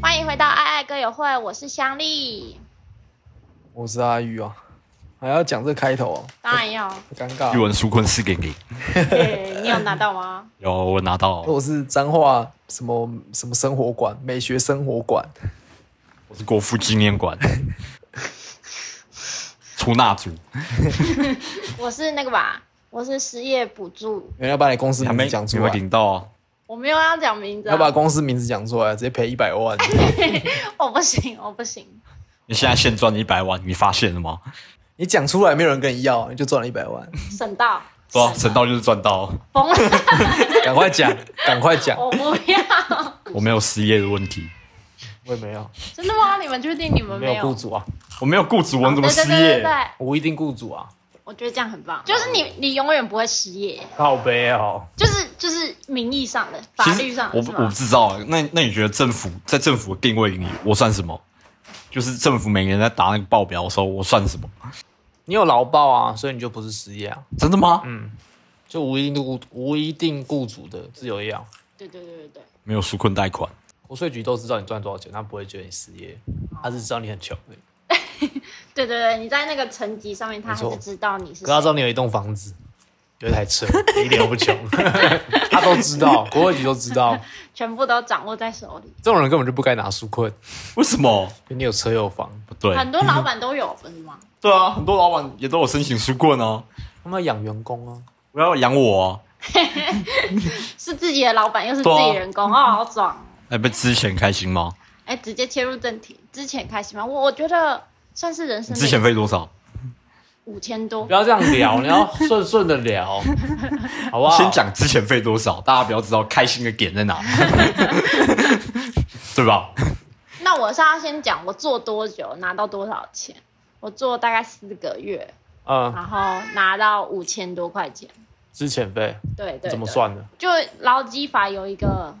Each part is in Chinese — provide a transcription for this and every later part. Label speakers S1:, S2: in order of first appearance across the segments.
S1: 欢迎回到爱爱歌友会，我是香丽，
S2: 我是阿玉啊，还要讲这开头哦，
S1: 当然 要。
S2: 好尴尬
S3: 语
S2: 哦。
S3: 文纾困四给你，
S1: 耶你有拿到吗？
S3: 有我拿到，
S2: 我是彰化什么什么生活馆，美学生活馆，
S3: 我是国父纪念馆， 出纳组，
S1: 我是那个吧，我是失业补助，
S2: 你要把你公司
S3: 还
S2: 名
S3: 没
S2: 字讲出
S3: 有没
S2: 来
S3: 有，领到啊？
S1: 我没有要讲名字、啊
S2: 要，把公司名字讲出来，直接赔一百万。
S1: 我哦不行，我不行，
S3: 你现在现赚一百万，你发现了吗？
S2: 你讲出来，没有人跟你要，你就赚了一百万。
S1: 省道，
S3: 对啊，省到就是赚到，
S1: 疯了，
S2: 赶快 讲，赶快讲。
S1: 我不要，
S3: 我没有失业的问题，
S2: 我也没有，
S1: 真的吗？你们确定你们
S2: 没有
S1: 有？
S2: 雇主啊，
S3: 我没有雇主，我怎么
S1: 对啊对
S3: 失
S1: 对对
S3: 业？
S1: 对，
S2: 无一定雇主啊，
S1: 我觉得这样很棒，就是你你永远不会失业，
S2: 靠背哦。
S1: 就是就是名义上的、法
S3: 其
S1: 律
S3: 实
S1: 上的，
S3: 我不
S1: 是
S3: 我
S1: 吗
S3: 不？知道欸，那那你觉得政府在政府的定位里，我算什么？就是政府每年在打那个报表的时候，我算什么？
S2: 你有劳报啊，所以你就不是失业啊，
S3: 真的吗？
S2: 就无一定雇无一定雇主的自由业啊。
S1: 对对对对对，
S3: 没有纾困贷款，
S2: 国税局都知道你赚多少钱，他不会觉得你失业，他是知道你很穷而已。
S1: 对对对，你在那个层级上面，他
S2: 没
S1: 还
S2: 错
S1: 是知道你是
S2: 可他知
S1: 谁
S2: 道你有一栋房子，有一台车， 你一点都不穷，他都知道，国税局都知道，
S1: 全部都掌握在手里。
S2: 这种人根本就不该拿纾困，
S3: 为什么？
S2: 因为你有车有房，
S3: 不对，
S1: 很多老板都有，不是吗？
S3: 对啊，很多老板也都有申请纾困啊，
S2: 他们要养员工啊，
S3: 我要养我啊。
S1: 是自己的老板，又是自
S3: 对啊
S1: 己员 工，哦，好爽哦！
S3: 哎，被之前开心吗？
S1: 哎，直接切入正题，之前开心吗？我我觉得算是人生
S3: 之前费多少？
S1: 五千多
S2: 不，要这样聊，你要顺顺的聊，好不好？
S3: 先，讲之前费多少，大家比较知道开心的点在哪，对吧？
S1: 那我是要先讲我做多久拿到多少钱，我做大概四个月，
S2: 嗯，
S1: 然后拿到五千多块钱。
S2: 之前费
S1: 对对
S2: 怎么
S1: 对
S2: 算的？
S1: 就劳基法有一个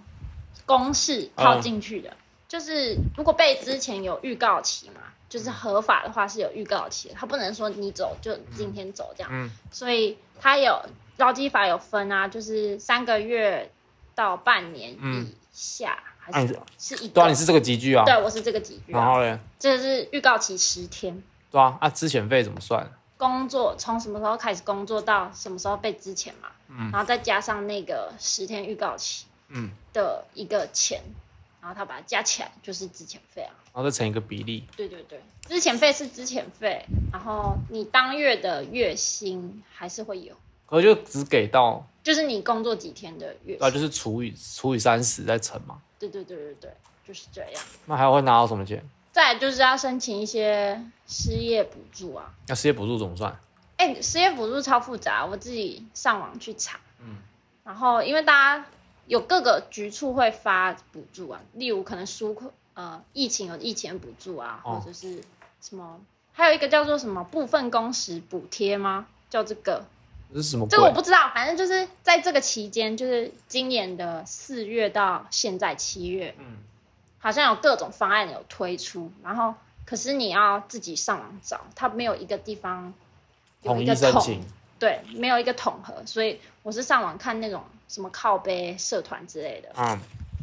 S1: 公式套进去
S2: 嗯
S1: 的，就是如果被之前有预告期嘛，就是合法的话是有预告期的，他不能说你走就今天走这样。
S2: 嗯
S1: 所以他有劳基法有分啊，就是三个月到半年
S2: 嗯
S1: 以下，
S2: 啊
S1: 还
S2: 你
S1: 是
S2: 是
S1: 是一个。
S2: 对啊，你是这个集聚啊，
S1: 对我是这个几句
S2: 然
S1: 啊，
S2: 后嘞，
S1: 这是预告期十天。
S2: 对啊，啊，之前费怎么算？
S1: 工作从什么时候开始工作到什么时候被支遣嘛，然后再加上那个十天预告期，
S2: 嗯
S1: 的一个钱，然后他把它加起来就是支遣费啊。
S2: 然后再乘一个比例，
S1: 对对对，支遣费是支遣费，然后你当月的月薪还是会有，
S2: 可是就只给到，
S1: 就是你工作几天的月薪。
S2: 对啊，就是除以除以三十再乘嘛。
S1: 对对对对对，就是这样。
S2: 那还会拿到什么钱？
S1: 再来就是要申请一些失业补助啊，
S2: 那失业补助怎么算？
S1: 哎，失业补助超复杂，我自己上网去查。嗯，然后因为大家有各个局处会发补助啊，例如可能纾困，呃，疫情有疫情补助啊，
S2: 哦
S1: 或者是什么，还有一个叫做什么部分工时补贴吗？叫这个，
S2: 这是什么鬼？
S1: 这个我不知道，反正就是在这个期间，就是今年的四月到现在七月，嗯，好像有各种方案有推出，然后可是你要自己上网找，它没有一个地方有
S2: 统
S1: 一
S2: 一
S1: 个
S2: 申
S1: 统
S2: 请，
S1: 对，没有一个统合，所以我是上网看那种什么靠背社团之类的，
S2: 嗯，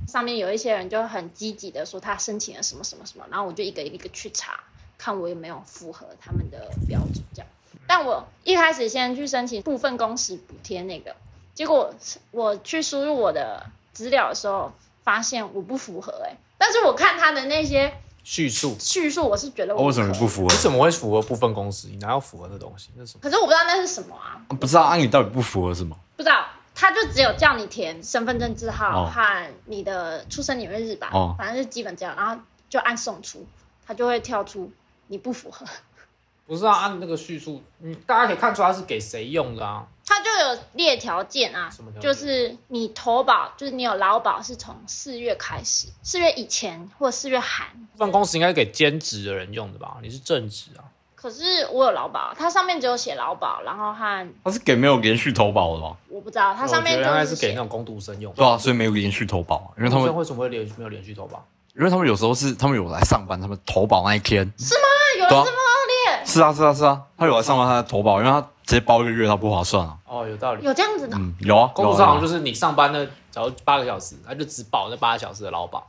S1: 上面有一些人就很积极的说他申请了什么什么什么，然后我就一个一个去查，看我有没有符合他们的标准这样。但我一开始先去申请部分工时补贴那个，结果我去输入我的资料的时候，发现我不符合哎、但是我看他的那些
S2: 叙述
S1: 叙述，我是觉得我
S3: 我哦为什么
S1: 合
S3: 不符
S2: 你
S3: 合？
S2: 怎么会符合部分公司？你哪有符合这东西？那什么？
S1: 可是我不知道那是什么啊，
S3: 不知道啊，你到底不符合什么？
S1: 不知道，他就只有叫你填身份证字号
S3: 哦
S1: 和你的出生年月日吧，
S3: 哦
S1: 反正是基本这样，然后就按送出，他就会跳出你不符合，
S2: 不是啊，按那个叙述，你大家可以看出它是给谁用的啊？
S1: 他就有列条件啊
S2: 什么，条件
S1: 就是你投保，就是你有劳保是从四月开始，四月以前或四月含。
S2: 部分公司应该是给兼职的人用的吧？你是正职啊？
S1: 可是我有劳保，它上面只有写劳保，然后和
S3: 他是给没有连续投保的吧？
S1: 我不知道，它
S2: 哦我
S1: 上面
S2: 觉得
S1: 就
S2: 应该
S1: 是
S2: 是给那
S1: 写
S2: 种工读生用的。
S3: 啊对啊，所以没有连续投保，因为他
S2: 工读
S3: 们
S2: 生为什么会连续没有连续投保？
S3: 因为他们有时候是他们有来上班，他们投保那一天
S1: 那有人
S3: 对啊
S1: 这么恶劣？
S3: 是啊是啊是啊，他有来上班，他投保，因为他直接包一个月，他不划算啊。
S2: 哦，有道理。
S1: 有这样子的？
S3: 嗯，有啊，
S2: 工作上好像就是是你上班那，假如八个小时，他就只保那八个小时的劳保，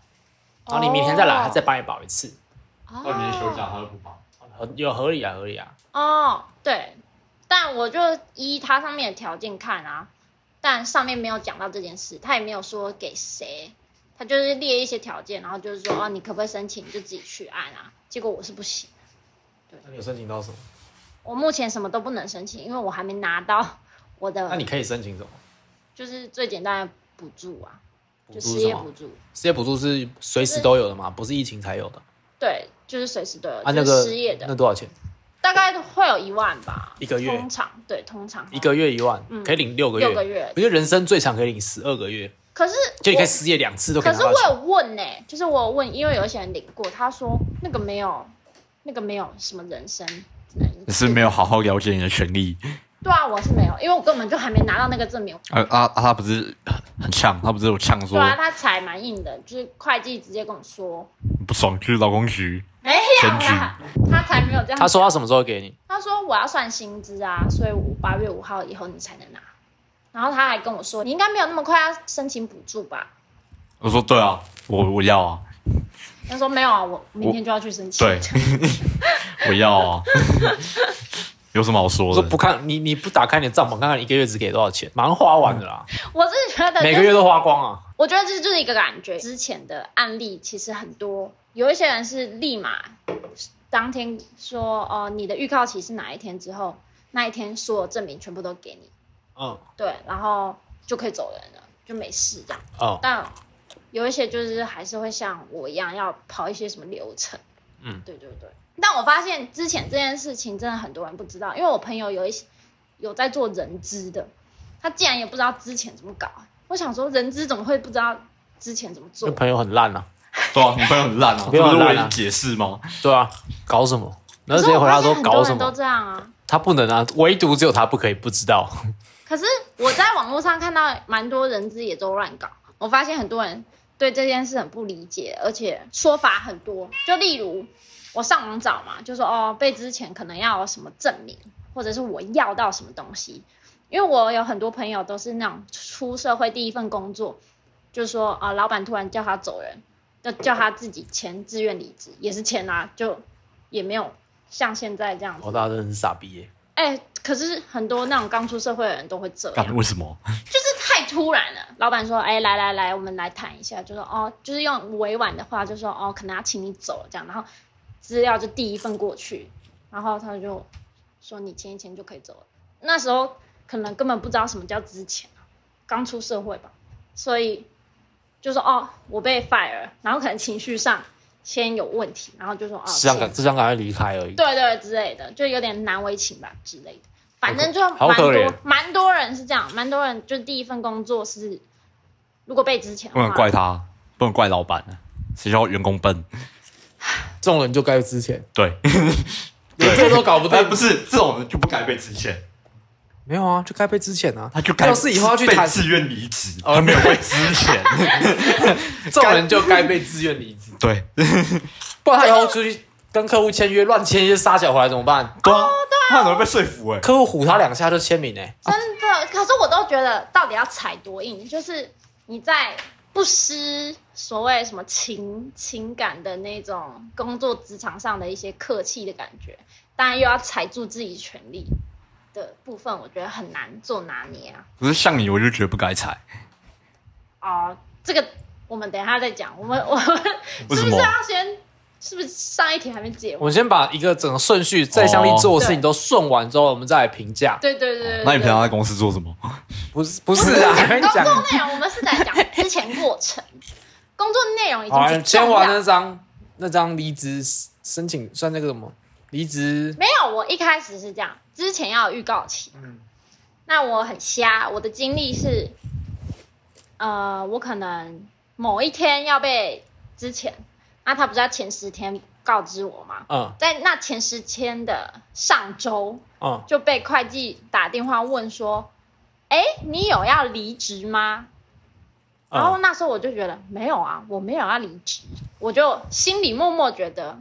S2: 然后你明天再来，他再帮你保一次，
S1: 哦
S3: 他就不保。
S2: 合有合理啊，合理啊。
S1: 哦，对，但我就依它上面的条件看啊，但上面没有讲到这件事，他也没有说给谁，他就是列一些条件，然后就是说，哦，你可不可以申请，你就自己去按啊。结果我是不行，
S2: 那你有申请到什么？
S1: 我目前什么都不能申请，因为我还没拿到我
S2: 那
S1: 的，
S2: 你可以申请什么？
S1: 就是最简单的补助啊，就
S2: 补助
S1: 失
S2: 是
S1: 业
S2: 什么
S1: 补助，
S2: 失业补助是随时都有的嘛，不是疫情才有的
S1: 对，就是随时都有，
S2: 啊？那
S1: 就是
S2: 个
S1: 失业的
S2: 那，多少钱？
S1: 大概会有一万吧，
S2: 一个月
S1: 通常对，通常
S2: 一个月一万，
S1: 嗯
S2: 可以领六个月。
S1: 六个月
S2: 我，觉得人生最长可以领十二个月，
S1: 可是
S2: 就你可以
S1: 我
S2: 失业两次都可
S1: 可
S2: 以拿
S1: 是
S2: 到
S1: 我
S2: 钱。
S1: 有问呢、就是我有问，因为有一些人领过，他说那个没有，那个没有什么人生，只能一
S3: 你
S1: 次
S3: 是没有好好了解你的权利
S1: 对啊，我是没有，因为我根本就还没拿到那个证明。
S3: 啊啊啊！他不是很呛，他不是有呛
S1: 对
S3: 说
S1: 啊，他才蛮硬的，就是会计直接跟我说
S3: 不爽去劳工局，
S1: 没有啦， 他才没有这样。
S2: 他说他什么时候给你？
S1: 他说我要算薪资啊，所以我八月五号以后你才能拿。然后他还跟我说，你应该没有那么快要申请补助吧？
S3: 我说对啊，我我要啊，
S1: 他说没有啊，我明天就要去申请。
S3: 对，我要啊， 有什么好说
S2: 我说
S3: 的？
S2: 不看你，你不打开你的账本看看一个月只给多少钱，马上花完了啦，
S1: 我是觉得
S2: 每
S1: 就嗯
S2: 个
S1: 是
S2: 月都花光啊。
S1: 我觉得这就是一个感觉。之前的案例其实很多，有一些人是立马当天说，哦、你的预告期是哪一天之后，那一天所有证明全部都给你，
S2: 嗯
S1: 对，然后就可以走人了，就没事这样。
S2: 哦，
S1: 但有一些就是还是会像我一样要跑一些什么流程，
S2: 嗯，
S1: 对对对。但我发现之前这件事情真的很多人不知道，因为我朋友有一些有在做人资的，他竟然也不知道之前怎么搞。我想说，人资怎么会不知道之前怎么做
S2: 这？朋友很烂啊，
S3: 对啊，你朋友很烂啊，
S2: 朋
S3: 这
S2: 友
S3: 不是
S2: 很烂啊
S3: 我已经解释吗？
S2: 对啊，搞什么？然
S1: 可
S2: 后直
S1: 是
S2: 接
S1: 我
S2: 回
S1: 发
S2: 答
S1: 现
S2: 说
S1: 很
S2: 搞
S1: 多
S2: 什
S1: 人都
S2: 么？
S1: 这样啊。
S2: 他不能啊，唯独只有他不可以不知道。
S1: 可是我在网络上看到蛮多人资也都乱搞，我发现很多人对这件事很不理解，而且说法很多。就例如我上网找嘛，就说哦，被之前可能要有什么证明，或者是我要到什么东西。因为我有很多朋友都是那种出社会第一份工作，就说啊、老板突然叫他走人，就叫他自己签自愿离职，也是签啦、就也没有像现在这样子
S2: 我。哦大家真的是傻逼耶！
S1: 哎、可是很多那种刚出社会的人都会这样
S3: 干，。为什么？
S1: 就是太突然了。老板说：“哎、来来来，我们来谈一下。”就说：“哦，就是用委婉的话，就说哦，可能要请你走这样。”然后资料就递一份过去，然后他就说：“哦你签一签就可以走了。”那时候可能根本不知道什么叫之前，刚出社会吧，所以就说：“哦，我被 fire。”然后可能情绪上先有问题，然后就说：“哦，
S2: 只想赶，
S1: 签
S2: 只想赶快离开而已。
S1: 对对之类的，就有点难为情吧之类的。反正就
S2: 好
S1: 蛮
S2: 可怜
S1: 多蛮多人是这样，蛮多人就第一份工作是，如果被之前
S3: 不能怪他，不能怪老板，啊谁叫员工笨？
S2: 这种人就该之前，
S3: 对，
S2: 连这都搞不
S3: 哎，
S2: 定，
S3: 不是这种人就不该被之前，
S2: 没有啊，就该被之前啊。
S3: 他就该
S2: 要是以后要去
S3: 被
S2: 谈哦
S3: 自愿离职，而没有被之前。
S2: 这种人就该被自愿离职，
S3: 对，啊
S2: 不然他以后出去跟客户签约，乱签一些杀小回来怎么办？
S1: 哦
S3: 对啊，他怎么被说服？哎，
S2: 客户唬他两下就签名哎、
S1: 真的。可是我都觉得到底要踩多硬，就是你在不失所谓什么情情感的那种工作职场上的一些客气的感觉，当然又要踩住自己权利的部分，我觉得很难做拿捏啊。
S3: 可是像你，我就觉得不该踩，
S1: 哦，这个我们等一下再讲。我们我们是不
S3: 为什
S1: 是啊
S3: 么
S1: 要先？是不是上一题还没解
S2: 我
S1: 完？
S2: 们先把一个整个顺序在相力做的事情都顺完之后，我们再来评价。
S1: 对对对对。
S3: 那你平常在
S1: 对
S3: 公司做什么？
S2: 不是不是啊，跟你
S1: 工
S2: 讲，
S1: 作内容，我们是在讲之前过程，工作内容已
S2: 好啊，
S1: 经
S2: 你
S1: 不重要
S2: 签完那张那张离职申请算那个什么离职
S1: 没有，我一开始是这样，之前要有预告期。
S2: 嗯
S1: 那我很瞎，我的经历是，呃，我可能某一天要被之前，那他不是要前十天告知我吗？
S2: 嗯
S1: 在那前十天的上周，
S2: 嗯
S1: 就被会计打电话问说：“哎、你有要离职吗？”然后
S2: 嗯，
S1: 那时候我就觉得没有啊，我没有要离职，我就心里默默觉得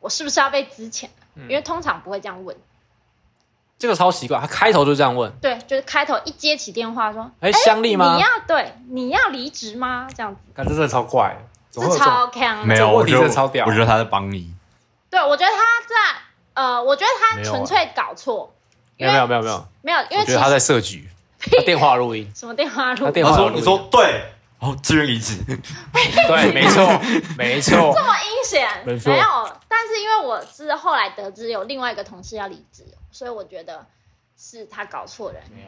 S1: 我是不是要被资遣了，
S2: 嗯
S1: 因为通常不会这样问。
S2: 这个超奇怪，他开头就这样问，
S1: 对，就是开头一接起电话说：“
S2: 哎香丽吗
S1: 你要对你要离职吗？”这样子，
S4: 感觉真的超怪，怎
S1: 这
S4: 么会有
S1: 超强。
S3: 没有，
S4: 这个
S3: 我
S4: 问题
S3: 觉得
S4: 真的超屌
S3: 我觉得他在帮你，
S1: 对，我觉得他在呃，我觉得他
S2: 没有
S1: 纯
S2: 啊
S1: 粹搞错，
S2: 没
S1: 因
S2: 有
S1: 为
S2: 没有没有没有，
S1: 没有，因
S2: 我
S1: 为
S2: 觉
S1: 其
S2: 得他在
S1: 实
S2: 设局，他电话录音，
S1: 什么电话录
S2: 他电
S3: 他
S2: 话
S3: 说
S2: 录音
S3: 你说对，哦，自愿离职，
S2: 对，没错没错，
S1: 阴险，
S2: 没错
S1: 没有。但是因为我是后来得知有另外一个同事要离职，所以我觉得是他搞错人。
S2: 没有，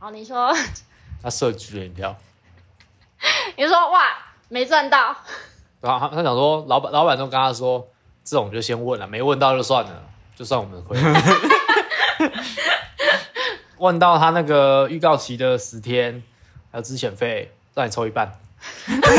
S1: 然后你说，
S2: 他设局了，你知道。
S1: 你说哇，没赚到，
S2: 然啊后他他想说，老板老板都跟他说，这种就先问了，没问到就算了，就算我们的亏。问到他那个预告期的十天，还有资遣费，让你抽一半。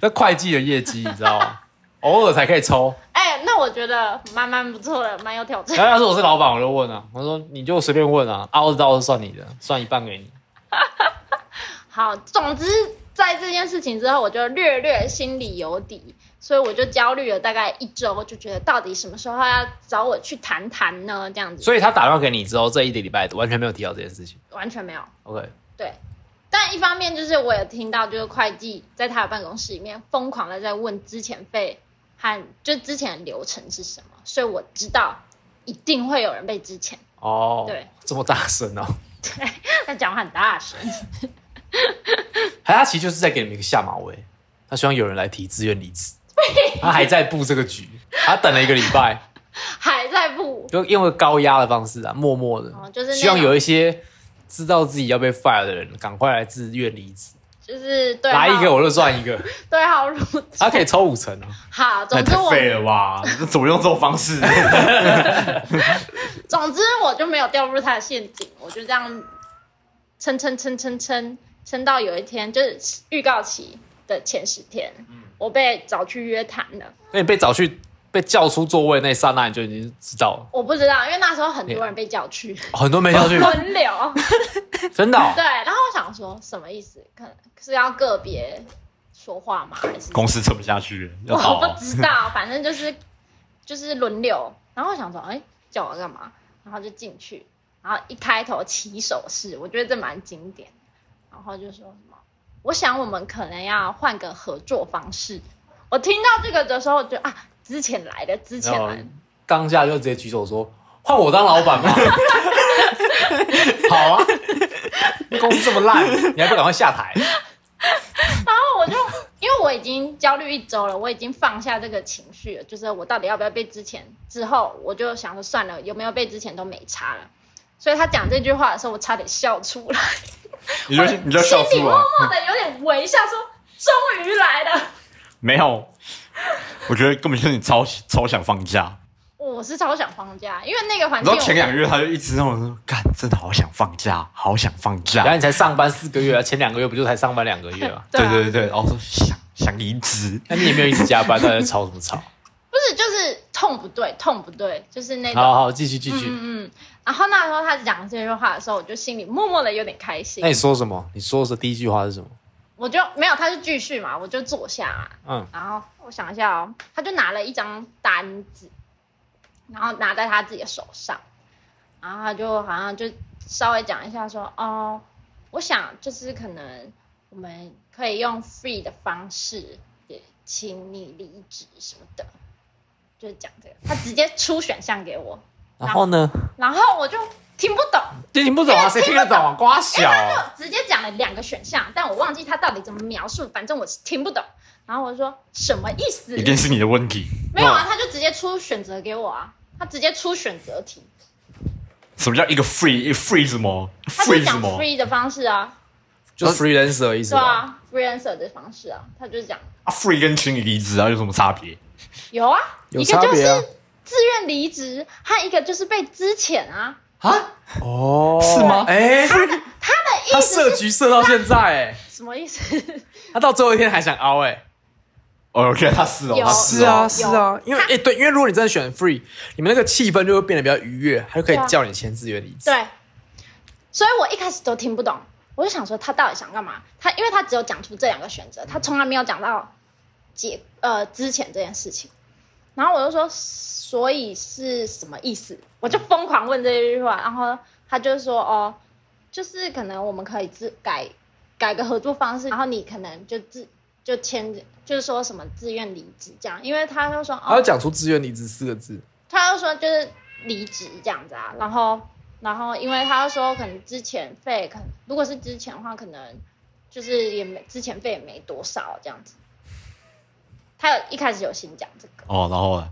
S2: 那会计的业绩你知道吗？偶尔才可以抽。
S1: 哎、那我觉得蛮蛮不错的，蛮有挑战。
S2: 然后要是我是老板，我就问啊，我说你就随便问啊，啊我知道是算你的，算一半给你。
S1: 好，总之在这件事情之后，我就略略心里有底，所以我就焦虑了大概一周，就觉得到底什么时候要找我去谈谈呢？这样子
S2: 所以他打电话给你之后，这一个礼拜完全没有提到这件事情。
S1: 完全没有。
S2: OK，
S1: 对，但一方面就是我有听到，就是会计在他的办公室里面疯狂的在问之前费和就之前的流程是什么，所以我知道一定会有人被之前。
S2: 哦，
S1: 对，
S2: 这么大声哦。
S1: 他讲话很大声，
S2: 还他其实就是在给你们一个下马威，他希望有人来提自愿离职，他还在布这个局，他等了一个礼拜，
S1: 还在不
S2: 就用个高压的方式啊，默默的，
S1: 哦就是那种
S2: 希望有一些知道自己要被 fire 的人，赶快来自愿离职，
S1: 就是对
S2: 来一个
S1: 号
S2: 我就赚一个，
S1: 对号入座。
S2: 他可以抽五成啊，
S1: 好，总
S3: 那也
S1: 之
S3: 哎太
S1: 我
S3: 废了吧？这怎么用这种方式？
S1: 总之我就没有掉入他的陷阱，我就这样撑撑撑撑撑撑到有一天，就是预告期的前十天，我被找去约谈了。
S2: 那你被找去被叫出座位那一刹那，你就已经知道了，哦
S1: 我不知道，因为那时候很多人被叫去
S2: 很多没 叫去，
S1: 轮流，
S2: 真的哦、
S1: 对。然后我想说什么意思？可能是要个别说话吗？还是
S3: 公司撑不下去了，要啊倒
S1: 我
S3: 了
S1: 不。知道，反正就是就是轮流。然后我想说，哎、叫我干嘛？然后就进去，然后一开头起手式，我觉得这蛮经典。然后就说什么，我想我们可能要换个合作方式。我听到这个的时候，我就啊，之前来的，之前
S2: 然后
S1: 来的，
S2: 当下就直接举手说：“换我当老 板吧！”好啊，公司这么烂，你还不赶快下台？
S1: 我就因为我已经焦虑一周了，我已经放下这个情绪了，就是我到底要不要被之前之后，我就想说算了，有没有被之前都没差了。所以他讲这句话的时候，我差点笑出来，
S3: 你就你就
S1: 心
S3: 笑
S1: 里
S3: 出
S1: 默
S3: 来，
S1: 默的有点微笑说：“终于来了。
S3: 没有。我觉得根本就是你超超想放假，
S1: 我是超想放假，因为那个环
S3: 你知
S1: 境
S3: 道前两个月他就一直那种说，干，真的好想放假，好想放假
S2: 然后。你才上班四个月啊，前两个月不就才上班两个月啊？
S1: 对
S3: 对
S1: 啊
S3: 对对对，然后说想想离职，
S2: 那你也没有一直加班，那在吵什么吵？
S1: 不是就是痛不对，痛不对，就是那种。
S2: 好好，继续继续。
S1: 嗯嗯，然后那时候他讲这句话的时候，我就心里默默的有点开心
S2: 那。
S3: 哎
S2: 你说什么？你说的第一句话是什么？
S1: 我就没有，他就继续嘛，我就坐下、啊，
S2: 嗯，
S1: 然后我想一下哦，他就拿了一张单子，然后拿在他自己的手上，然后他就好像就稍微讲一下说，哦，我想就是可能我们可以用 free 的方式，也请你离职什么的，就是讲这个，他直接出选项给我，
S2: 然后呢？
S1: 然后我就听不懂，
S2: 这听不懂啊，谁听得懂啊？
S1: 因
S2: 瓜
S1: 为
S2: 小啊，
S1: 哎他就直接讲了两个选项，但我忘记他到底怎么描述，反正我是听不懂。然后我就说什么意思？
S3: 一定是你的问题。
S1: 没有啊，他就直接出选择给我啊，他直接出选择题，
S3: 什么叫一个 free 一个 free 什么
S1: 他就
S3: free 什
S1: 讲
S3: 么？
S1: free 的方式啊，
S2: 就 freelancer 的意思
S1: 对
S2: 吧？
S1: 啊，free answer 的方式啊，他就讲
S3: 啊 free 跟请你离职啊有什么差别？
S1: 有啊，
S2: 有
S1: 一个就
S2: 差别啊
S1: 是自愿离职，和一个就是被资遣啊，
S2: 哦，
S3: 是吗
S2: 哎，
S1: 他的
S2: 他
S1: 意思
S2: 设
S1: 是
S2: 局设到现在，哎，
S1: 什么意思？
S2: 他到最后一天还想凹，哎。
S3: 哦，我觉得他是哦，
S1: 有
S3: 他
S2: 是
S3: 哦
S2: 啊，
S1: 有
S2: 是啊，因为哎、对，因为如果你真的选 free，你们那个气氛就会变得比较愉悦，他就可
S1: 对啊
S2: 以叫你签自愿离职。
S1: 对，所以我一开始都听不懂，我我就想说他到底想干嘛？他因为他只有讲出这两个选择，他从来没有讲到解呃之前这件事情。然后我就说，所以是什么意思？我就疯狂问这句话，然后他就说哦，就是可能我们可以自改改个合作方式，然后你可能就自就签，就是说什么自愿离职这样，因为他就说
S2: 他要
S1: 哦，
S2: 讲出“自愿离职”四个字，
S1: 他就说就是离职这样子啊，然后然后因为他就说可能之前费可能如果是之前的话，可能就是也没之前费也没多少这样子，他有一开始有先讲这个。
S3: 哦，然后呢？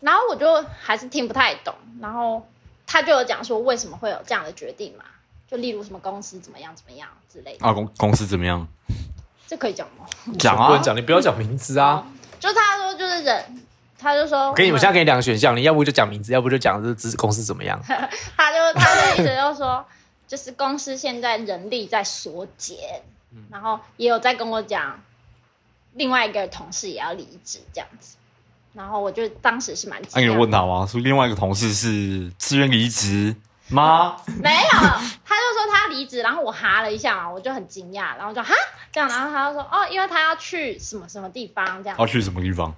S1: 然后我就还是听不太懂，然后他就有讲说为什么会有这样的决定嘛，就例如什么公司怎么样怎么样之类
S2: 哦
S1: 的，
S3: 啊，公公司怎么样？
S1: 这可以讲吗？
S3: 讲
S2: 不
S3: 啊
S2: 能，讲，你不要讲名字
S1: 哦
S2: 啊。
S1: 就他说就是人，他就说
S2: 我给你，我
S1: 们
S2: 现在给你两个选项，你要不就讲名字，要不就讲这子公司怎么样。
S1: 他就他的意思就是说， 就是公司现在人力在缩减，
S3: 嗯
S1: 然后也有在跟我讲，另外一个同事也要离职这样子，然后我就当时是蛮
S3: 那、
S1: 惊
S3: 啊你
S1: 讶
S3: 有
S1: 的。
S3: 问他吗？说另外一个同事是自愿离职吗？
S1: 没有，他就说他离职，然后我哈了一下嘛，我就很惊讶，然后就哈这样，然后他就说哦，因为他要去什么什么地方这样，
S3: 要去什么地方？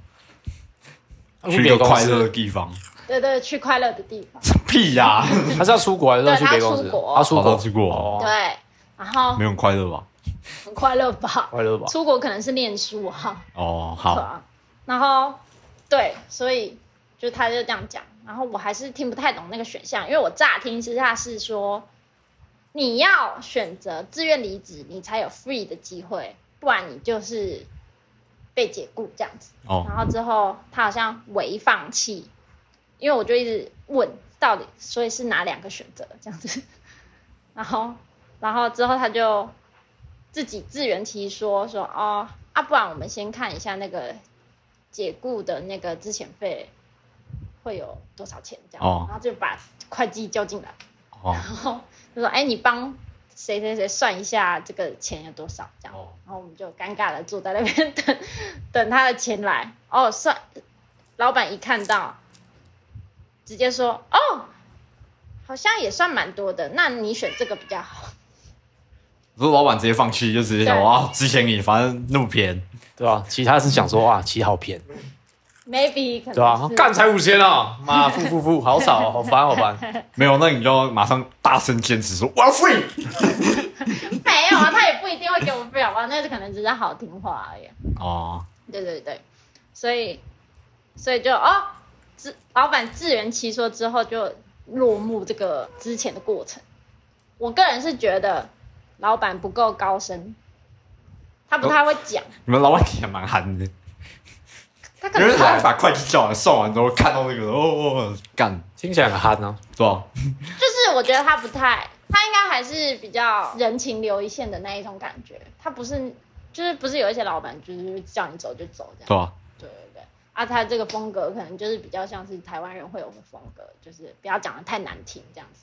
S3: 去一
S2: 别的
S3: 个
S2: 公
S3: 快乐的
S2: 司，
S3: 地方？
S1: 对对，去快乐的地方，
S3: 屁呀、
S2: 他是要出国还是要去
S1: 对
S2: 别
S1: 他
S2: 的公司
S1: 出？国
S2: 他出
S3: 哦
S2: 国，
S3: 他出国
S2: 哦
S1: 对，然后
S3: 没有很快乐吧？
S1: 很快乐吧，
S2: 快乐吧？
S1: 出国可能是念书哈，
S3: 哦，
S1: 对
S3: 好，
S1: 啊，然后对，所以就他就这样讲，然后我还是听不太懂那个选项，因为我乍听之下是说你要选择自愿离职，你才有 free 的机会，不然你就是被解雇这样子。
S3: 哦，
S1: 然后之后他好像微放弃，因为我就一直问到底，所以是哪两个选择这样子， 然后然后之后他就自己自圆其说说哦啊，不然我们先看一下那个解雇的那个之前费会有多少钱这样，
S3: 哦
S1: 然后就把会计叫进来，
S3: 哦，
S1: 然后就说哎，你帮谁谁谁算一下这个钱有多少这样。
S2: 哦
S1: 然后我们就尴尬的坐在那边等，等他的钱来。哦，算，老板一看到，直接说：“哦，好像也算蛮多的，那你选这个比较
S3: 啊
S1: 好。
S3: 如果老板直接放弃，就直接想
S1: 对
S3: 说啊，之前你反正那么便宜，
S2: 对吧？其实他是想说，哇，其实好便宜，
S1: ”Maybe 可能
S2: 对吧？
S3: 哦
S1: 是
S2: 干才五千啊！妈，付付付，好少哦，好烦，好烦。
S3: 没有，那你就要马上大声坚持说我要 free。
S1: 没有啊，他也不一定会给我费好吧？那可能只是好听话而已。
S3: 哦，
S1: 对对对，所以所以就哦，自老板自圆其说之后就落幕这个之前的过程。我个人是觉得老板不够高深，他不太
S3: 哦
S1: 会讲，
S3: 你们老板也蛮憨的，
S1: 他可
S3: 有人
S1: 能
S3: 他
S1: 他
S3: 把会计叫来算完之后，看到那个哦哦干，
S2: 听起来很憨啊。
S3: 是吧？
S1: 就是我觉得他不太，他应该还是比较人情留一线的那一种感觉，他不是就是不是有一些老板就是叫你走就走这样。
S3: 对吧？
S1: 对对对，啊，他这个风格可能就是比较像是台湾人会有的风格，就是不要讲的太难听这样子。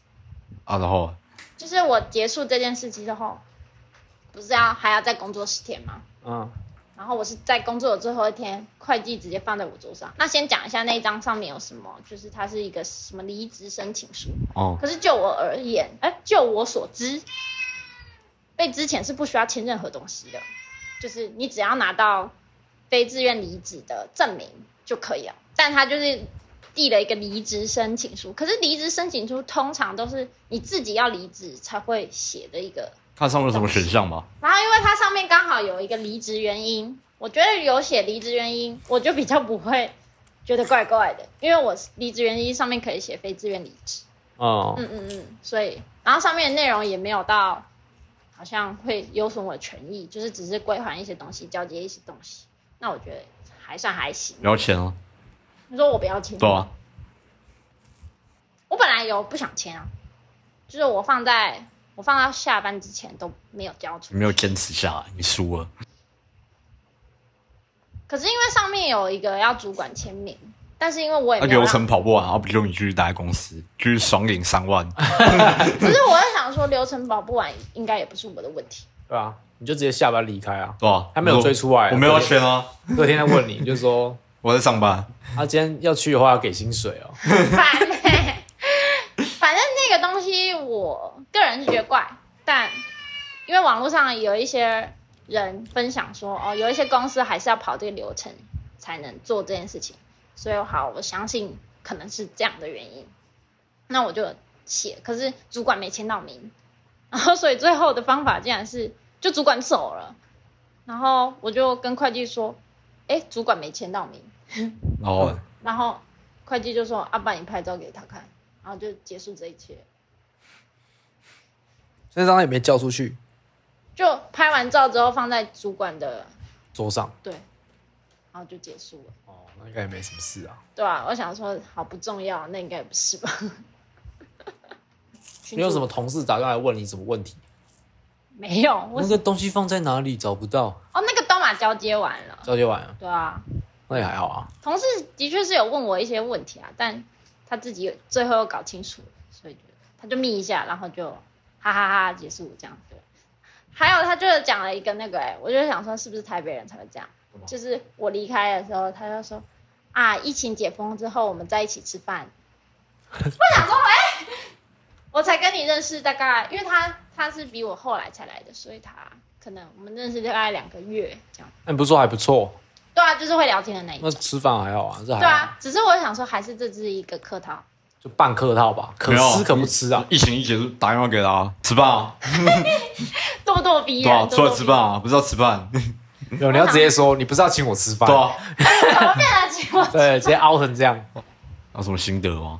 S3: 啊，然后
S1: 就是我结束这件事情之后，不是要还要再工作十天吗？
S2: 嗯，
S1: 然后我是在工作的最后一天，会计直接放在我桌上。那先讲一下那一张上面有什么，就是它是一个什么离职申请书。
S3: 哦
S1: 可是就我而言，哎，就我所知，被之前是不需要签任何东西的，就是你只要拿到非自愿离职的证明就可以了。但他就是递了一个离职申请书，可是离职申请书通常都是你自己要离职才会写的一个
S3: 看上面有什么选项吧。
S1: 然后因为它上面刚好有一个离职原因，我觉得有写离职原因，我就比较不会觉得怪怪的，因为我离职原因上面可以写非自愿离职。
S2: 哦，
S1: 嗯嗯嗯，所以然后上面的内容也没有到好像会有损我的权益，就是只是归还一些东西，交接一些东西。那我觉得还算还行。
S3: 要钱啊，
S1: 你说我不要签，
S3: 对啊吧？
S1: 我本来有不想签啊，就是我放在我放到下班之前都没有交出
S3: 你没有坚持下来，你输了。
S1: 可是因为上面有一个要主管签名，但是因为我也
S3: 那
S1: 没有
S3: 流
S1: 哎让，
S3: 程跑不完，然后不就你继续待在公司，继续爽领三万，
S1: 可是我在想说流程跑不完，应该也不是我的问题。
S2: 对啊，你就直接下班离开啊。
S3: 对吧？
S2: 他没有追出来
S3: 我没有要签啊，
S2: 隔天再问你，你就说
S3: 我在上班。
S2: 他今天要去的话要给薪水哦。
S1: 烦 欸反正那个东西我个人是觉得怪，但因为网络上有一些人分享说，哦，有一些公司还是要跑这个流程才能做这件事情，所以好，我相信可能是这样的原因。那我就写，可是主管没签到名，然后所以最后的方法竟然是就主管走了，然后我就跟会计说，哎，主管没签到名，
S3: 然
S2: 嗯
S3: 后
S1: 然后会计就说，阿、啊、爸，你拍照给他看，然后就结束这一切。
S4: 所以让他也没叫出去，
S1: 就拍完照之后放在主管的
S2: 桌上。
S1: 对，然后就结束了，
S2: 哦，那应该也没什么事啊。
S1: 对啊，我想说好不重要，那应该也不是吧？
S2: 没有什么同事打电话来问你什么问题，
S1: 没有，我
S2: 那个东西放在哪里找不到，
S1: 哦那个都马交接完了，
S2: 交接完了，
S1: 对啊，
S2: 那也还好啊。
S1: 同事的确是有问我一些问题啊，但他自己最后又搞清楚了，所以就他就眯一下，然后就哈哈哈结束这样子。还有他就是讲了一个那个、欸，我就想说是不是台北人才会这样？就是我离开的时候，他就说啊，疫情解封之后我们在一起吃饭。我想说，哎、我才跟你认识大概，因为他他是比我后来才来的，所以他可能我们认识大概两个月这样。
S2: 那你不是说还不错？
S1: 对啊，就是会聊天的那一种
S2: 那。吃饭还好啊，这还
S1: 对
S2: 好
S1: 啊，只是我想说，还是这只是一个客套。
S2: 就半客套吧，可
S3: 没有
S2: 吃可不吃啊。
S3: 疫情一结束，打电话给他吃饭啊，
S1: 咄咄逼
S3: 对
S1: 人，
S3: 啊，
S1: 咄
S3: 出
S1: 咄
S3: 来
S1: 逼
S3: 吃
S1: 人
S3: 饭啊，不是要吃 饭，
S2: 没有，你要直接说，你不是要请我吃饭？
S3: 对啊，
S1: 怎么变得这样
S2: 对，直接凹成这样。
S3: 有什么心得吗？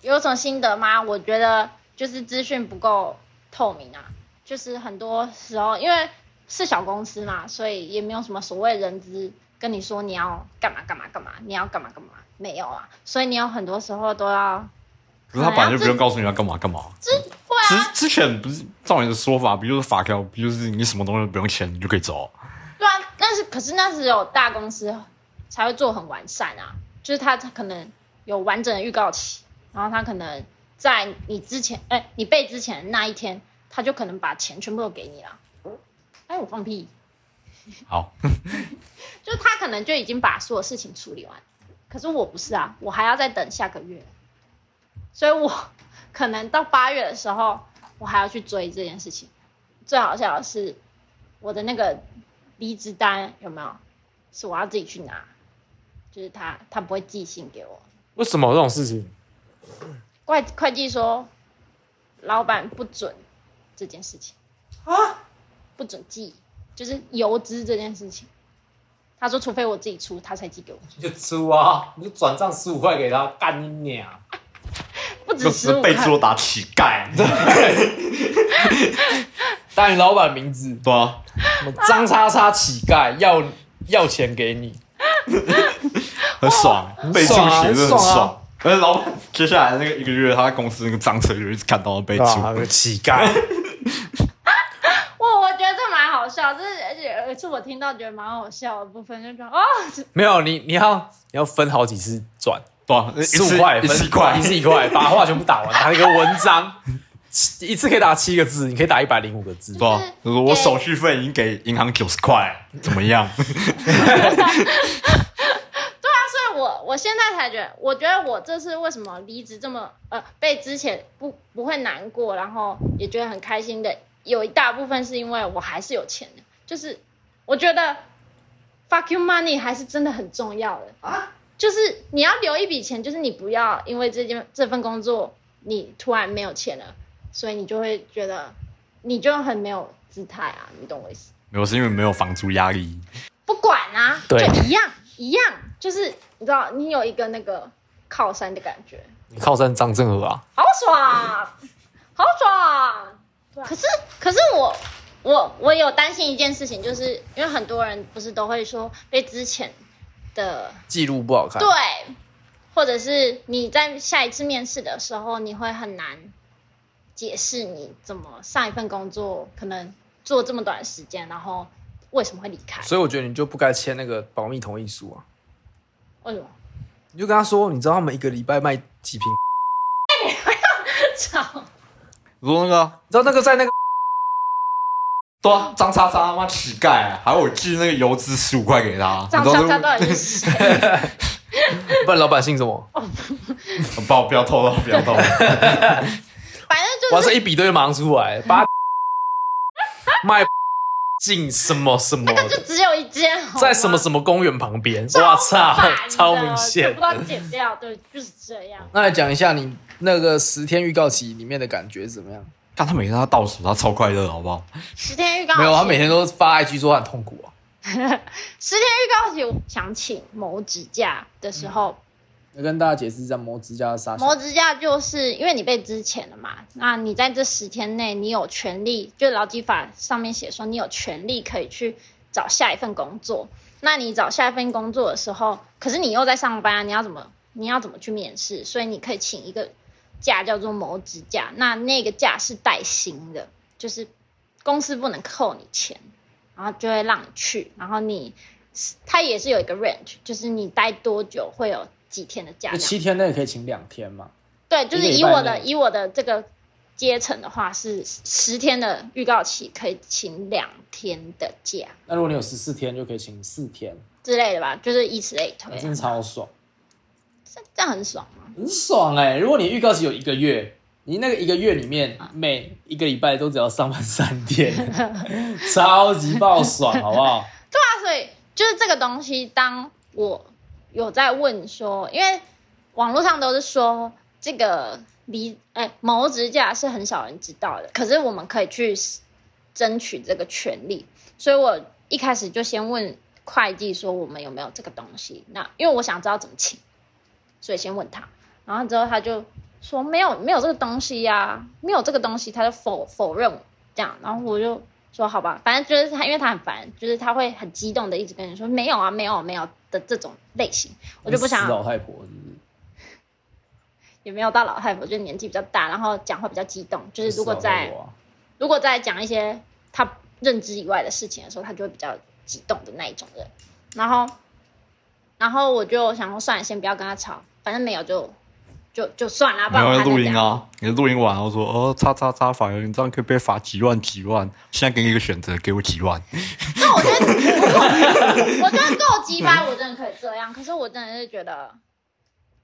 S1: 有什么心得吗？我觉得就是资讯不够透明啊，就是很多时候因为是小公司嘛，所以也没有什么所谓人资跟你说你要干嘛干嘛干嘛，你要干嘛干嘛，没有啊，所以你有很多时候都要
S3: 可是他本来就不用告诉你要干嘛干嘛。
S1: 知会啊，
S3: 之之前不是照你的说法，不就是法条，不就是你什么东西都不用钱你就可以走啊？
S1: 对啊，但是可是那只有大公司才会做很完善啊，就是它可能有完整的预告期，然后它可能在你之前，哎、你背之前的那一天，它就可能把钱全部都给你了。哎，我放屁，
S3: 好，
S1: 就是他可能就已经把所有事情处理完，可是我不是啊，我还要再等下个月，所以我 可能到八月的时候，我还要去追这件事情。最好笑的是，我的那个离职单有没有是我要自己去拿，就是他他不会寄信给我。
S2: 为什么有这种事情？
S1: 会会计说，老板不准这件事情啊，不准寄，就是邮资这件事情。他说，除非我自己出，他才寄给我。
S2: 你就出啊，你就转账十五块给他，干你娘！
S1: 不止十五
S3: 被
S1: 块，
S3: 桌打乞丐，
S2: 打你老板名字，
S3: 对啊，
S2: 什么张叉叉乞丐，要要钱给你，
S3: 很爽，被猪
S2: 爽啊
S3: 血真的很
S2: 很爽啊
S3: 爽。而且老板接下来那个一个月，他在公司那个账册就一直看到他被猪，
S2: 个啊乞丐，
S1: 我我觉得这蛮好笑，这是而且而且我听到觉得蛮好笑的部分，就觉得哦，
S2: 没有你，你要你要分好几次转，
S3: 对啊，一
S2: 十
S3: 次
S2: 五块
S3: 一
S2: 分
S3: 次一块
S2: 一，次一块，把话全部打完，打一个文章，七一次可以打七个字，你可以打一百零五个字，
S3: 对啊
S1: 就是，
S3: 就是我手续费已经给银行九十块，怎么样？
S1: 但是我我现在才觉得，我觉得我这次为什么离职这么呃，被之前不不会难过，然后也觉得很开心的，有一大部分是因为我还是有钱的，就是我觉得 fuck you money 还是真的很重要的啊，就是你要留一笔钱，就是你不要因为这件这份工作你突然没有钱了，所以你就会觉得你就很没有姿态啊，你懂我意思？
S3: 没有，是因为没有房租压力。
S1: 不管啊，就
S2: 对
S1: 一样一样，就是你知道，你有一个那个靠山的感觉，
S2: 你靠山张正和啊，
S1: 好爽，好爽。可是可是我我我有担心一件事情，就是因为很多人不是都会说被之前的
S2: 记录不好看，
S1: 对，或者是你在下一次面试的时候，你会很难解释你怎么上一份工作可能做这么短的时间，然后为什么会离开？
S2: 所以我觉得你就不该签那个保密同意书啊，
S1: 为什么？
S2: 你就跟他说，你知道他们一个礼拜卖几瓶，你
S1: 操！
S3: 我说那个啊，
S2: 知道那个在 那个
S3: 对啊，张叉叉他妈乞丐，啊还有我寄那个油脂十五块给他，
S1: 张
S3: 你知
S1: 叉
S3: 道这
S1: 叉到底是谁？
S2: 不然老板姓什么？
S3: 哦不要不要透露，不要透露。
S1: 反正
S2: 哇，
S1: 就是
S2: 这一比对就马上出来，八
S4: 卖进什么 什么
S1: 那就
S4: 的，
S1: 只有一间，好吗
S4: 在什么什么公园旁边，
S1: 超
S4: 哇操
S1: 烦的，
S4: 超明
S1: 就
S4: 显
S1: 不。知道剪掉，对，就是这样。
S2: 那来讲一下你那个十天预告期里面的感觉是怎么样？
S3: 看他每天他倒数，他超快乐的，好不好？
S1: 十天预告
S2: 没有，他
S1: 期
S2: 每天都发 IG 说他很痛苦啊。
S1: 十天预告期，我想请某指甲的时候，
S2: 要跟大家解释一下磨指甲的杀手
S1: 磨指甲就是因为你被支遣了嘛，那你在这十天内，你有权利，就劳基法上面写说你有权利可以去找下一份工作。那你找下一份工作的时候，可是你又在上班啊，你要怎么你要怎么去面试？所以你可以请一个假叫做磨指甲，那那个假是带薪的，就是公司不能扣你钱，然后就会让你去，然后你它也是有一个 range，就是你待多久会有几天的假
S2: 就
S1: 这样。
S2: 七天内可以请两天嘛。
S1: 对，就是
S2: 一个礼
S1: 以
S2: 拜
S1: 我的
S2: 内
S1: 以我的这个阶层的话，是十天的预告期可以请两天的假
S2: 那如果你有十四天，就可以请四天，
S1: 之类的吧，就是以此类推、
S2: 真的超爽，
S1: 这这样很爽吗？
S2: 很爽哎、如果你预告期有一个月，你那个一个月里面
S1: 啊
S2: 每一个礼拜都只要上班三 天，超级爆爽，好不好？
S1: 啊，所以就是这个东西，当我有在问说，因为网络上都是说这个离哎、谋职假是很少人知道的，可是我们可以去争取这个权利，所以我一开始就先问会计说我们有没有这个东西，那因为我想知道怎么请，所以先问他，然后之后他就说没有没有这个东西呀、没有这个东西，他就否否认我这样，然后我就说好吧，反正就是他，因为他很烦，就是他会很激动的一直跟你说没有啊，没有啊没有的这种类型，我就不想
S2: 死老太婆是不是
S1: 也没有到老太婆，就是年纪比较大，然后讲话比较激动，就是如果
S2: 死老太
S1: 在
S2: 婆啊
S1: 如果在讲一些他认知以外的事情的时候，他就会比较激动的那一种人。然后，然后我就想说，算了，先不要跟他吵，反正没有就就就算了，不
S3: 没
S1: 然我
S3: 有
S1: 还
S3: 录
S1: 能怎
S3: 音
S1: 样？
S3: 啊，你录音完然后说哦，叉叉叉，法院你这样可以被罚几万几万，现在给你一个选择，给我几万，
S1: 那我觉得我觉 得够鸡掰，我真的可以这样。可是我真的是觉得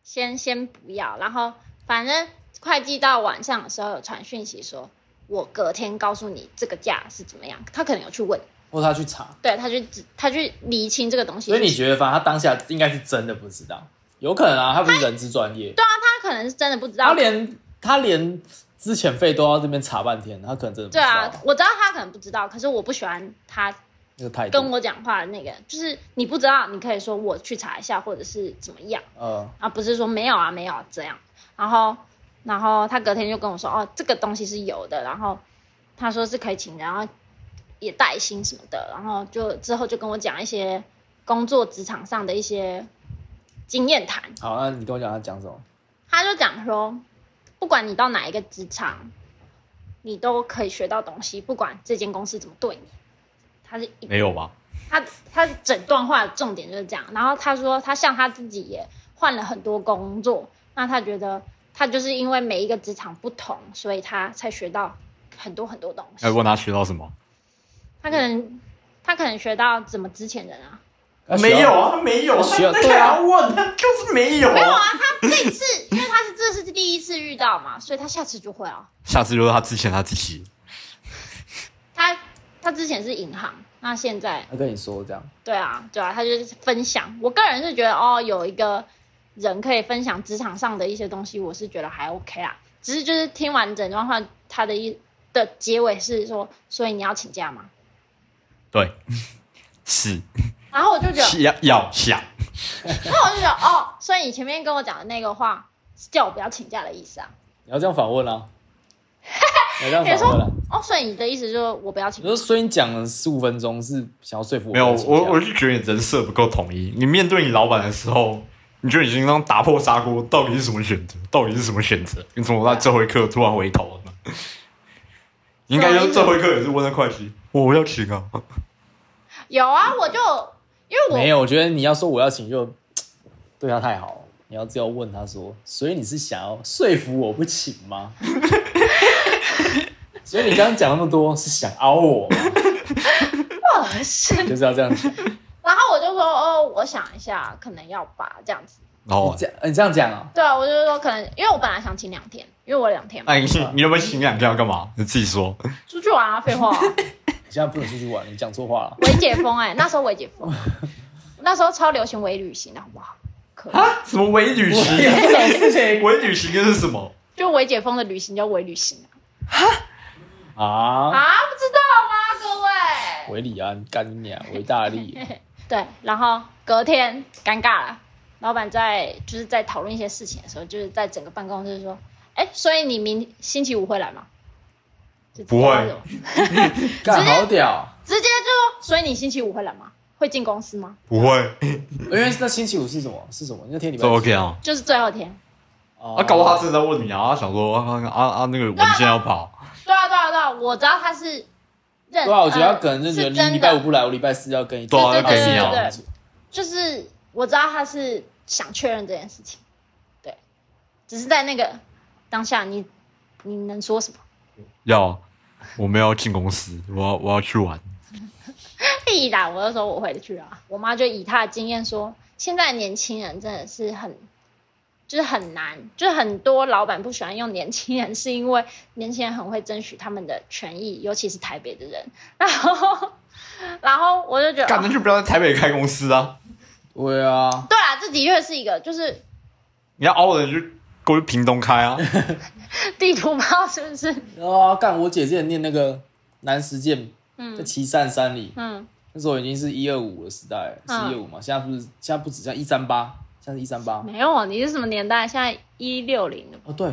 S1: 先先不要，然后反正会计到晚上的时候有传讯息说，我隔天告诉你这个价是怎么样。他可能有去问，
S2: 或者他去查，
S1: 对他去他去厘清这个东西
S2: 所
S1: 是
S2: 以你觉得，反正他当下应该是真的不知道，有可能啊，他不是人资专业，
S1: 他可能是真的不知道，
S2: 他连他连之前费都要这边查半天，他可能真的不知
S1: 对啊
S2: 道，
S1: 我知道他可能不知道，可是我不喜欢他
S2: 那个态
S1: 跟
S2: 度。
S1: 我讲话的那个，就是你不知道，你可以说我去查一下，或者是怎么样，
S2: 呃，
S1: 啊，不是说没有啊，没有啊这样。然后，然后他隔天就跟我说，哦，这个东西是有的，然后他说是可以请人，然后也带薪什么的，然后就之后就跟我讲一些工作职场上的一些经验谈，
S2: 好，那你跟我讲他讲什么？
S1: 他就讲说，不管你到哪一个职场，你都可以学到东西，不管这间公司怎么对你。他是一
S3: 没有吧？
S1: 他他整段话的重点就是这样。然后他说，他像他自己也换了很多工作，那他觉得他就是因为每一个职场不同，所以他才学到很多很多东西
S3: 要。哎问他学到什么？
S1: 他可能他可能学到怎么之前人啊，
S2: 他需要
S4: 没有啊，他没有，
S2: 需要
S4: 他
S2: 对啊
S4: 他问他就是没有啊。
S1: 这次因为他是这是第一次遇到嘛，所以他下次就会啊。
S3: 下次就是他之前他自己，
S1: 他他之前是银行，那现在
S2: 他跟你说这样，
S1: 对啊，对啊，他就是分享。我个人是觉得哦，有一个人可以分享职场上的一些东西，我是觉得还 OK 啊。只是就是听完整段话，他的一的结尾是说，所以你要请假吗？
S3: 对，是
S1: 然后我就觉得，
S3: 要要想，
S1: 然后我就觉得哦，所以你前面跟我讲的那个话是叫我不要请假的意思啊。
S2: 你要这样反问 啊，你要这样反问啊。
S1: 哦，所以你的意思就是我不要请
S2: 你
S1: 假
S2: 说，所以你讲了十五分钟是想要说服我
S3: 没
S2: 不
S3: 有
S2: 要请假
S3: 我我是觉得你人设不够统一。你面对你老板的时候，你就已经当打破砂锅，到底是什么选择？到底是什么选择？你怎么在最后一刻突然回头了呢？应该就是最后一刻也是问了会计，我要请啊，
S1: 有啊，我就因为我
S2: 没有，我觉得你要说我要请就对他太好了，你要只要问他说，所以你是想要说服我不请吗？ 所以你刚刚讲那么多是想凹我吗，
S1: 我是，
S2: 就是要这样讲，
S1: 然后我就说哦，我想一下，可能要吧，这样子。
S3: 然后
S2: 你这样你这样讲啊、
S1: 对啊，我就说可能，因为我本来想请两天，因为我有两天嘛。
S3: 哎，你你要不要请两天要干嘛？你自己说。
S1: 出去玩啊，废话啊、
S2: 你现在不能出去玩，你讲错话了。
S1: 微解封哎、那时候微解 封，那时候超流行微旅行啊，哇，可怕！
S3: 什么伪旅
S2: 我
S3: 行
S2: 也？不懂事情
S3: 伪旅行又是什么
S1: 就微解封的旅行叫微旅行啊，
S2: 啊！
S1: 啊，不知道吗，各位？
S2: 维里安干你娘，维大 利，
S1: 对，然后隔天尴尬了，老板在就是在讨论一些事情的时候，就是在整个办公室说，哎、所以你明星期五会来吗？就直接
S3: 不会
S1: 那种
S2: 干好屌！
S1: 直接就，所以你星期五会来吗？会进公司吗？
S3: 不会，
S2: 因为那星期五是什么？是什么？那天礼拜
S3: 这
S2: 几
S3: OK 啊？
S1: 就是最后一天。
S2: 哦
S3: 啊，搞不好他真的在问你啊，他想说啊啊啊，那个文件要跑，
S1: 对啊，对啊，对啊，我知道他是认。
S2: 对啊，我觉得他
S1: 呃
S2: 可能就觉得
S1: 是
S2: 你
S1: 真
S2: 礼拜五
S1: 的
S2: 不来，我礼拜四要跟你
S3: 对啊
S1: 对对
S3: 要跟你
S1: 对
S3: 啊
S1: 对就是我知道他是想确认这件事情，对，只是在那个当下你，你能说什么？
S3: 要我们要进公司，我要我要去玩。
S1: 必然，哎我就说我回去啊。我妈就以她的经验说，现在年轻人真的是很，就是很难，就是很多老板不喜欢用年轻人，是因为年轻人很会争取他们的权益，尤其是台北的人。然后， 然后我就觉得，哦
S3: 干，那就不要在台北开公司啊！
S2: 对啊，
S1: 对啊，这的确是一个，就是
S3: 你要凹人就过去屏东开啊，
S1: 地图炮是不是？
S2: 啊，干！我姐之前念那个南实践，在
S1: 嗯
S2: 岐山山里，
S1: 嗯，
S2: 那时候已经是一二五的时代了，
S1: 嗯
S2: 是一二五嘛？现在不是现在不止，现在一三八，现在是一三八。
S1: 没有啊，你是什么年代？现在一六零的，
S2: 哦，对，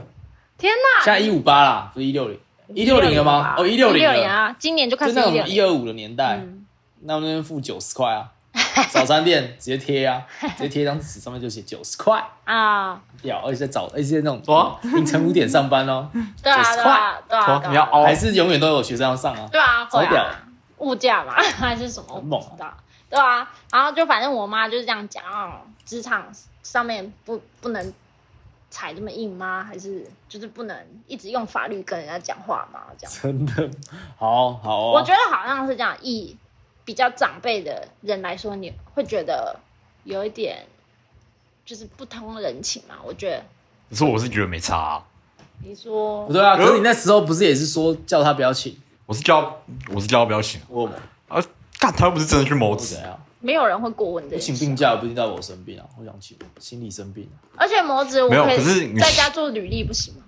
S1: 天哪！
S2: 现在一五八啦，不是一六零，一六零了吗？哦，一六零
S1: 零
S2: 了，
S1: 啊，今年就开
S2: 就
S1: 始一
S2: 那种
S1: 六
S2: 一二五的年代，
S1: 嗯
S2: 那我那边付九十块啊，早餐店 直接贴啊，直接贴一张纸上面就写九十块，
S1: 啊，
S2: 屌！而且在早，而且在那种
S3: 哇
S2: 凌晨五点上班哦，
S1: 对啊，对啊，对啊，对啊
S3: 说你要凹
S2: 还是永远都有学生要上啊。
S1: 对啊，会
S2: 超屌
S1: 啊，物价嘛 还是什么，我
S2: 很猛
S1: 不知道。对啊，然后就反正我妈就是这样讲，哦职场上面不不能踩这么硬吗？还是就是不能一直用法律跟人家讲话吗？这样，
S2: 真的，好好哦。
S1: 我觉得好像是这样，以比较长辈的人来说，你会觉得有一点就是不通人情嘛？我觉得
S3: 可是我是觉得没差、啊，
S1: 你说
S2: 不对啊，可是你那时候不是也是说叫他不要请
S3: 我是叫我是叫他不要请啊
S2: 我吗？
S3: 啊，干他又不是真的去谋
S2: 怎
S3: 职，
S2: 样？
S1: 没有人会过问这件
S2: 我请
S1: 事
S2: 病假，不一定代表我生病啊，我想请心理生病啊。
S1: 而且模子我
S3: 没有
S1: 可
S3: 可是
S1: 以
S3: 你
S1: 在家做履历不行吗？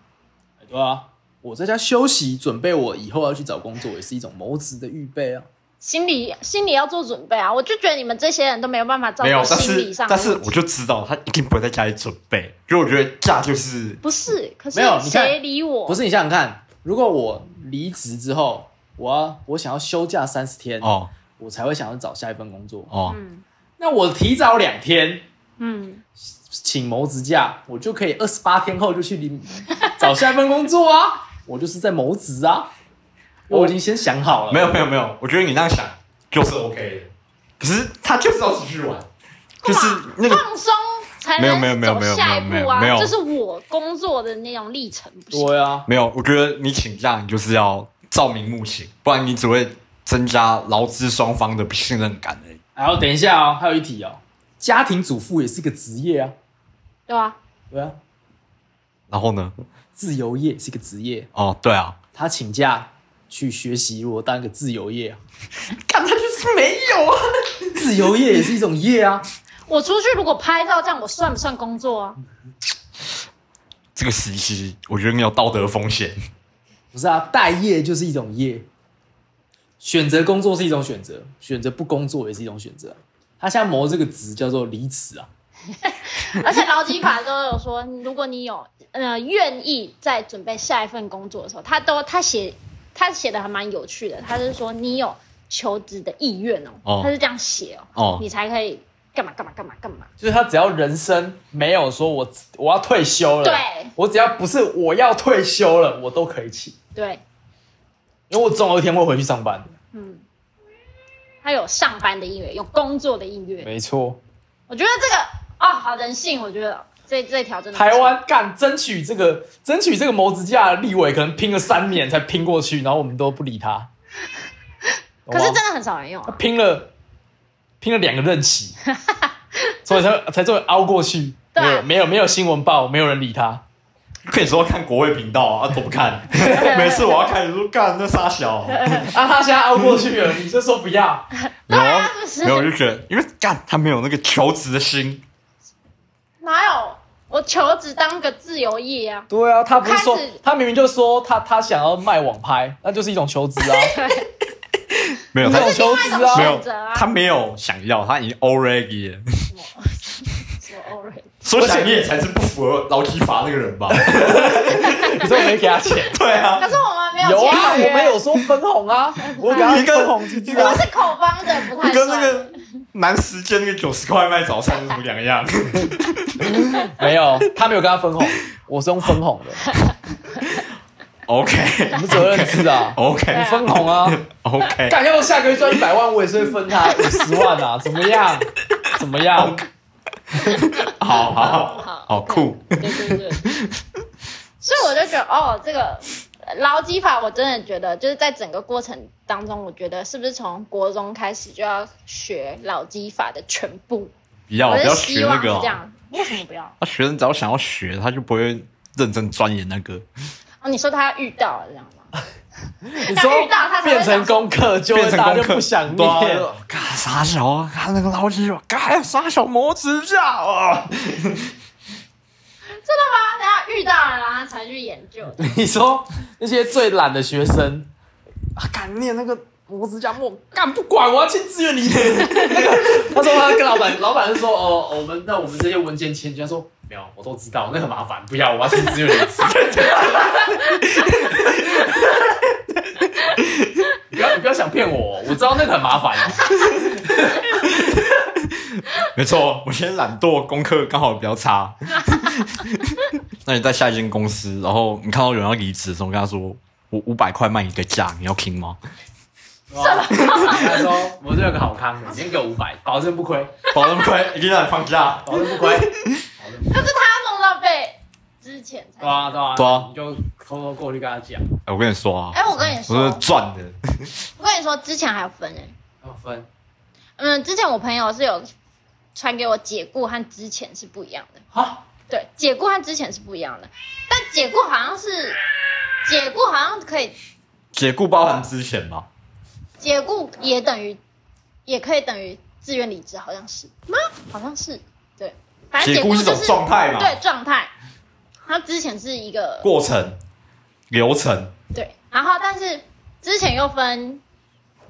S2: 对啊，我在家休息，准备我以后要去找工作，也是一种谋职的预备啊。
S1: 心理心理要做准备啊！我就觉得你们这些人都没有办法照
S3: 没有
S1: 顾，
S3: 但
S1: 心理
S3: 是
S1: 上的
S3: 但是
S1: 问题
S3: 我就知道他一定不会在家里准备，因为我觉得假就是
S1: 不是，可是
S2: 没有你看
S1: 谁理我？
S2: 不是你想想看，如果我离职之后，我要我想要休假三十天，
S3: 哦
S2: 我才会想要找下一份工作。
S3: 哦，
S1: 嗯
S2: 那我提早两天
S1: 嗯，
S2: 请谋职假，我就可以二十八天后就去领 找下一份工作啊。我就是在谋职啊，我已经先想好了。
S3: 没有没有没有，我觉得你那样想就是 OK 的，可是他就是要出去玩，就是那个
S1: 放松才
S3: 没有
S1: 能
S3: 没有没有
S1: 走
S3: 没有
S1: 下一
S3: 没有
S1: 步啊！
S3: 没有
S1: 这是我工作的那种历程，不是？
S2: 对啊，
S3: 没有，我觉得你请假你就是要照明目请，不然你只会增加劳资双方的不信任感而已。
S2: 然后等一下哦，还有一题哦，家庭主妇也是个职业啊，
S1: 对吧？
S2: 对啊，
S3: 然后呢？
S2: 自由业是个职业，
S3: 哦，对啊，
S2: 他请假去学习如何当一个自由业啊，
S3: 看他就是没有啊。
S2: 自由业也是一种业啊，
S1: 我出去如果拍照这样，我算不算工作啊？
S3: 这个实习，我觉得你有道德风险。
S2: 不是啊，待业就是一种业，选择工作是一种选择，选择不工作也是一种选择啊、他现在谋这个职叫做离职啊，
S3: 嗯
S1: 而且劳基法都有说，如果你有呃愿意在准备下一份工作的时候，他都他写他写的还蛮有趣的，他是说你有求职的意愿哦，
S3: 哦
S1: 他是这样写哦，
S3: 哦
S1: 你才可以干嘛干嘛干嘛干嘛。
S2: 就是他只要人生没有说我我要退休了，
S1: 对
S2: 我只要不是我要退休了，我都可以请，
S1: 对，
S2: 因为我总有一天会回去上班，
S1: 嗯，他有上班的意愿，有工作的意愿。
S2: 没错。
S1: 我觉得这个啊、好人性，我觉得这这条真的不错
S2: 台湾干争取这个争取这个谋职假的立委，可能拼了三年才拼过去，然后我们都不理他。
S1: 可是
S2: 懂
S1: 真
S2: 吗
S1: 的很少人用啊。
S2: 拼了拼了两个 任期，所以才才终于熬过去。
S1: 对啊
S2: 没有没有没有新闻报，没有人理他。
S3: 可以说看国卫频道啊，啊都不看。每次我要看，你说干那傻小，
S2: 啊，他现在凹过去了，你就说不要，
S3: 没有啊
S1: 不是
S3: 没有，我就觉得因为干他没有那个求职的心，
S1: 哪有？我求职当个自由业啊，
S2: 对啊，他不是说
S1: 我开始
S2: 他明明就说他他想要卖网拍，那就是一种求职 啊，
S3: 没有
S2: 一
S3: 他
S2: 种求
S1: 另外一
S2: 职
S1: 种
S3: 没
S2: 啊。
S1: 选
S3: 有
S1: 择啊
S3: 他没有想要，他已经 already 了。
S1: 我偶尔
S3: 说想也才是不符合劳基法那个人吧？
S2: 你说我没给他钱？
S3: 对啊
S1: 可，是我们没
S2: 有
S1: 签
S2: 啊，
S1: 合约
S2: 我们有说分红啊，我给 他
S3: 你跟
S2: 分红机制啊
S1: 我。是口方的，不
S3: 你
S1: 太
S3: 跟那
S1: 算。
S3: 个南时间那个九十块卖早餐有什么两样？
S2: 没有，他没有跟他分红，我是用分红的，
S3: OK
S2: 我们责任制 啊，
S3: OK
S1: 对
S2: 分红 啊。
S3: OK
S2: 干，要我下个月赚一百万，我也是会分他五十万啊，怎么样？怎么样？
S3: 好好
S1: 好
S3: 好酷，
S1: 对对对。所以我就觉得，哦，这个劳基法，我真的觉得就是在整个过程当中，我觉得是不是从国中开始就要学劳基法的全部？
S3: 不要
S1: 我
S3: 哦不
S1: 是
S3: 要学
S1: 希望
S3: 那
S1: 是
S3: 个
S1: 这
S3: 哦，
S1: 样。为什么不要？
S3: 他学生只要想要学，他就不会认真钻研那个，
S1: 哦，你说他要遇到了这样吗？
S2: 你说
S1: 遇到他才会
S2: 变成功课就
S3: 变
S2: 会
S3: 成
S2: 大家
S3: 功
S2: 就
S3: 课
S2: 不想
S3: 对啊
S2: 念，
S3: 干傻小啊，他那个老师说干傻小磨指甲啊，
S1: 他他遇到了，然后才去研 究的。
S2: 你说那些最懒的学生，啊，敢念那个磨指甲墨，干不管，我要去自愿离职。那个 他说他跟老板，老板是说哦，我们那我们这些文件签，他说没有，我都知道，那很麻烦，不要，我要去自愿离职。你不要，你不要想骗我，我知道那个很麻 烦。
S3: 没错，我现在懒惰，功课刚好比较差。 那你在下一间公司，然后你看到有人要离职的时候，跟他说我五百块卖你个价，你要听吗？
S2: 他说我这有个好康的，你先给我五百，保证不亏，
S3: 保证亏，一定让你放假。
S2: 保证不亏。
S1: 他弄到被之前才
S2: 对。啊，对啊，
S3: 对啊
S2: 你就偷偷过去跟他讲，
S3: 哎、我跟你说啊，
S1: 哎、我跟你
S3: 我
S1: 说
S3: 是，赚的。
S1: 我跟你说，之前还有分哎、
S2: 要分。
S1: 嗯，之前我朋友是有传给我解雇和之前是不一样的。
S2: 好，
S1: 对，解雇和之前是不一样的，但解雇好像是解雇好像可以
S3: 解雇包含之前吧？
S1: 解雇也等于也可以等于自愿离职，好像是吗？好像是对，反正
S3: 解
S1: 哎雇
S3: 雇
S1: 就是
S3: 种状态嘛，
S1: 对状态。他之前是一个
S3: 过程、流程，
S1: 对，然后但是之前又分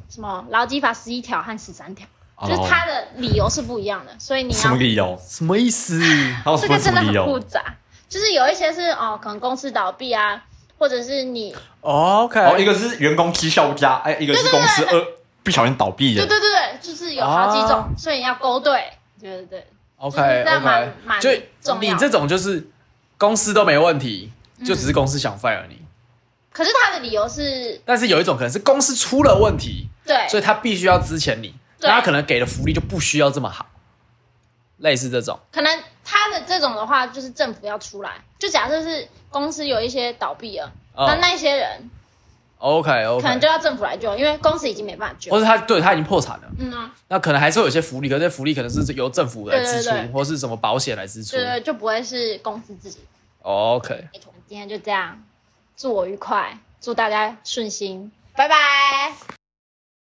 S1: 什么劳基法十一条和十三条，就是他的理由是不一样的，所以你
S3: 哦什
S1: 要
S3: 么理由？
S2: 什么意 思？
S3: 还
S1: 这
S2: 哦
S3: 有什
S1: 个
S3: 么
S1: 真
S3: 什
S1: 的
S3: 么理
S1: 很复
S3: 由？
S1: 杂，就是有一些是哦，可能公司倒闭啊，或者是你
S2: 哦 OK，
S3: 然后一个是员工绩效不佳，哎，一个是公司二不小心倒闭
S1: 对
S3: 了。
S1: 对对对，就是有好几种，
S2: 啊
S1: 所以你要勾对，对对对，
S2: OK
S1: 就是这样蛮
S2: OK，
S1: 蛮
S2: 就
S1: 重要嗯
S2: 你这种就是公司都没问题，就只是公司想 fire 你。
S1: 可是他的理由是
S2: 但是有一种可能是公司出了问题，
S1: 对，
S2: 所以他必须要之前你，
S1: 对
S2: 那他可能给的福利就不需要这么好，类似这种。
S1: 可能他的这种的话，就是政府要出来，就假设是公司有一些倒闭了，
S2: 哦
S1: 那、那些人
S2: OK 哦
S1: 可能
S2: OK，
S1: 就要政府来救，因为公司已经没办法救
S2: 或。者他对他已经破产了，
S1: 嗯啊，
S2: 那可能还是会有些福利，可是这福利可能是由政府来支出，
S1: 对对对
S2: 或是什么保险来支出
S1: 对。对，就不会是公司自己。
S2: OK，
S1: 没错今天就这样，祝我愉快，祝大家顺心，拜拜。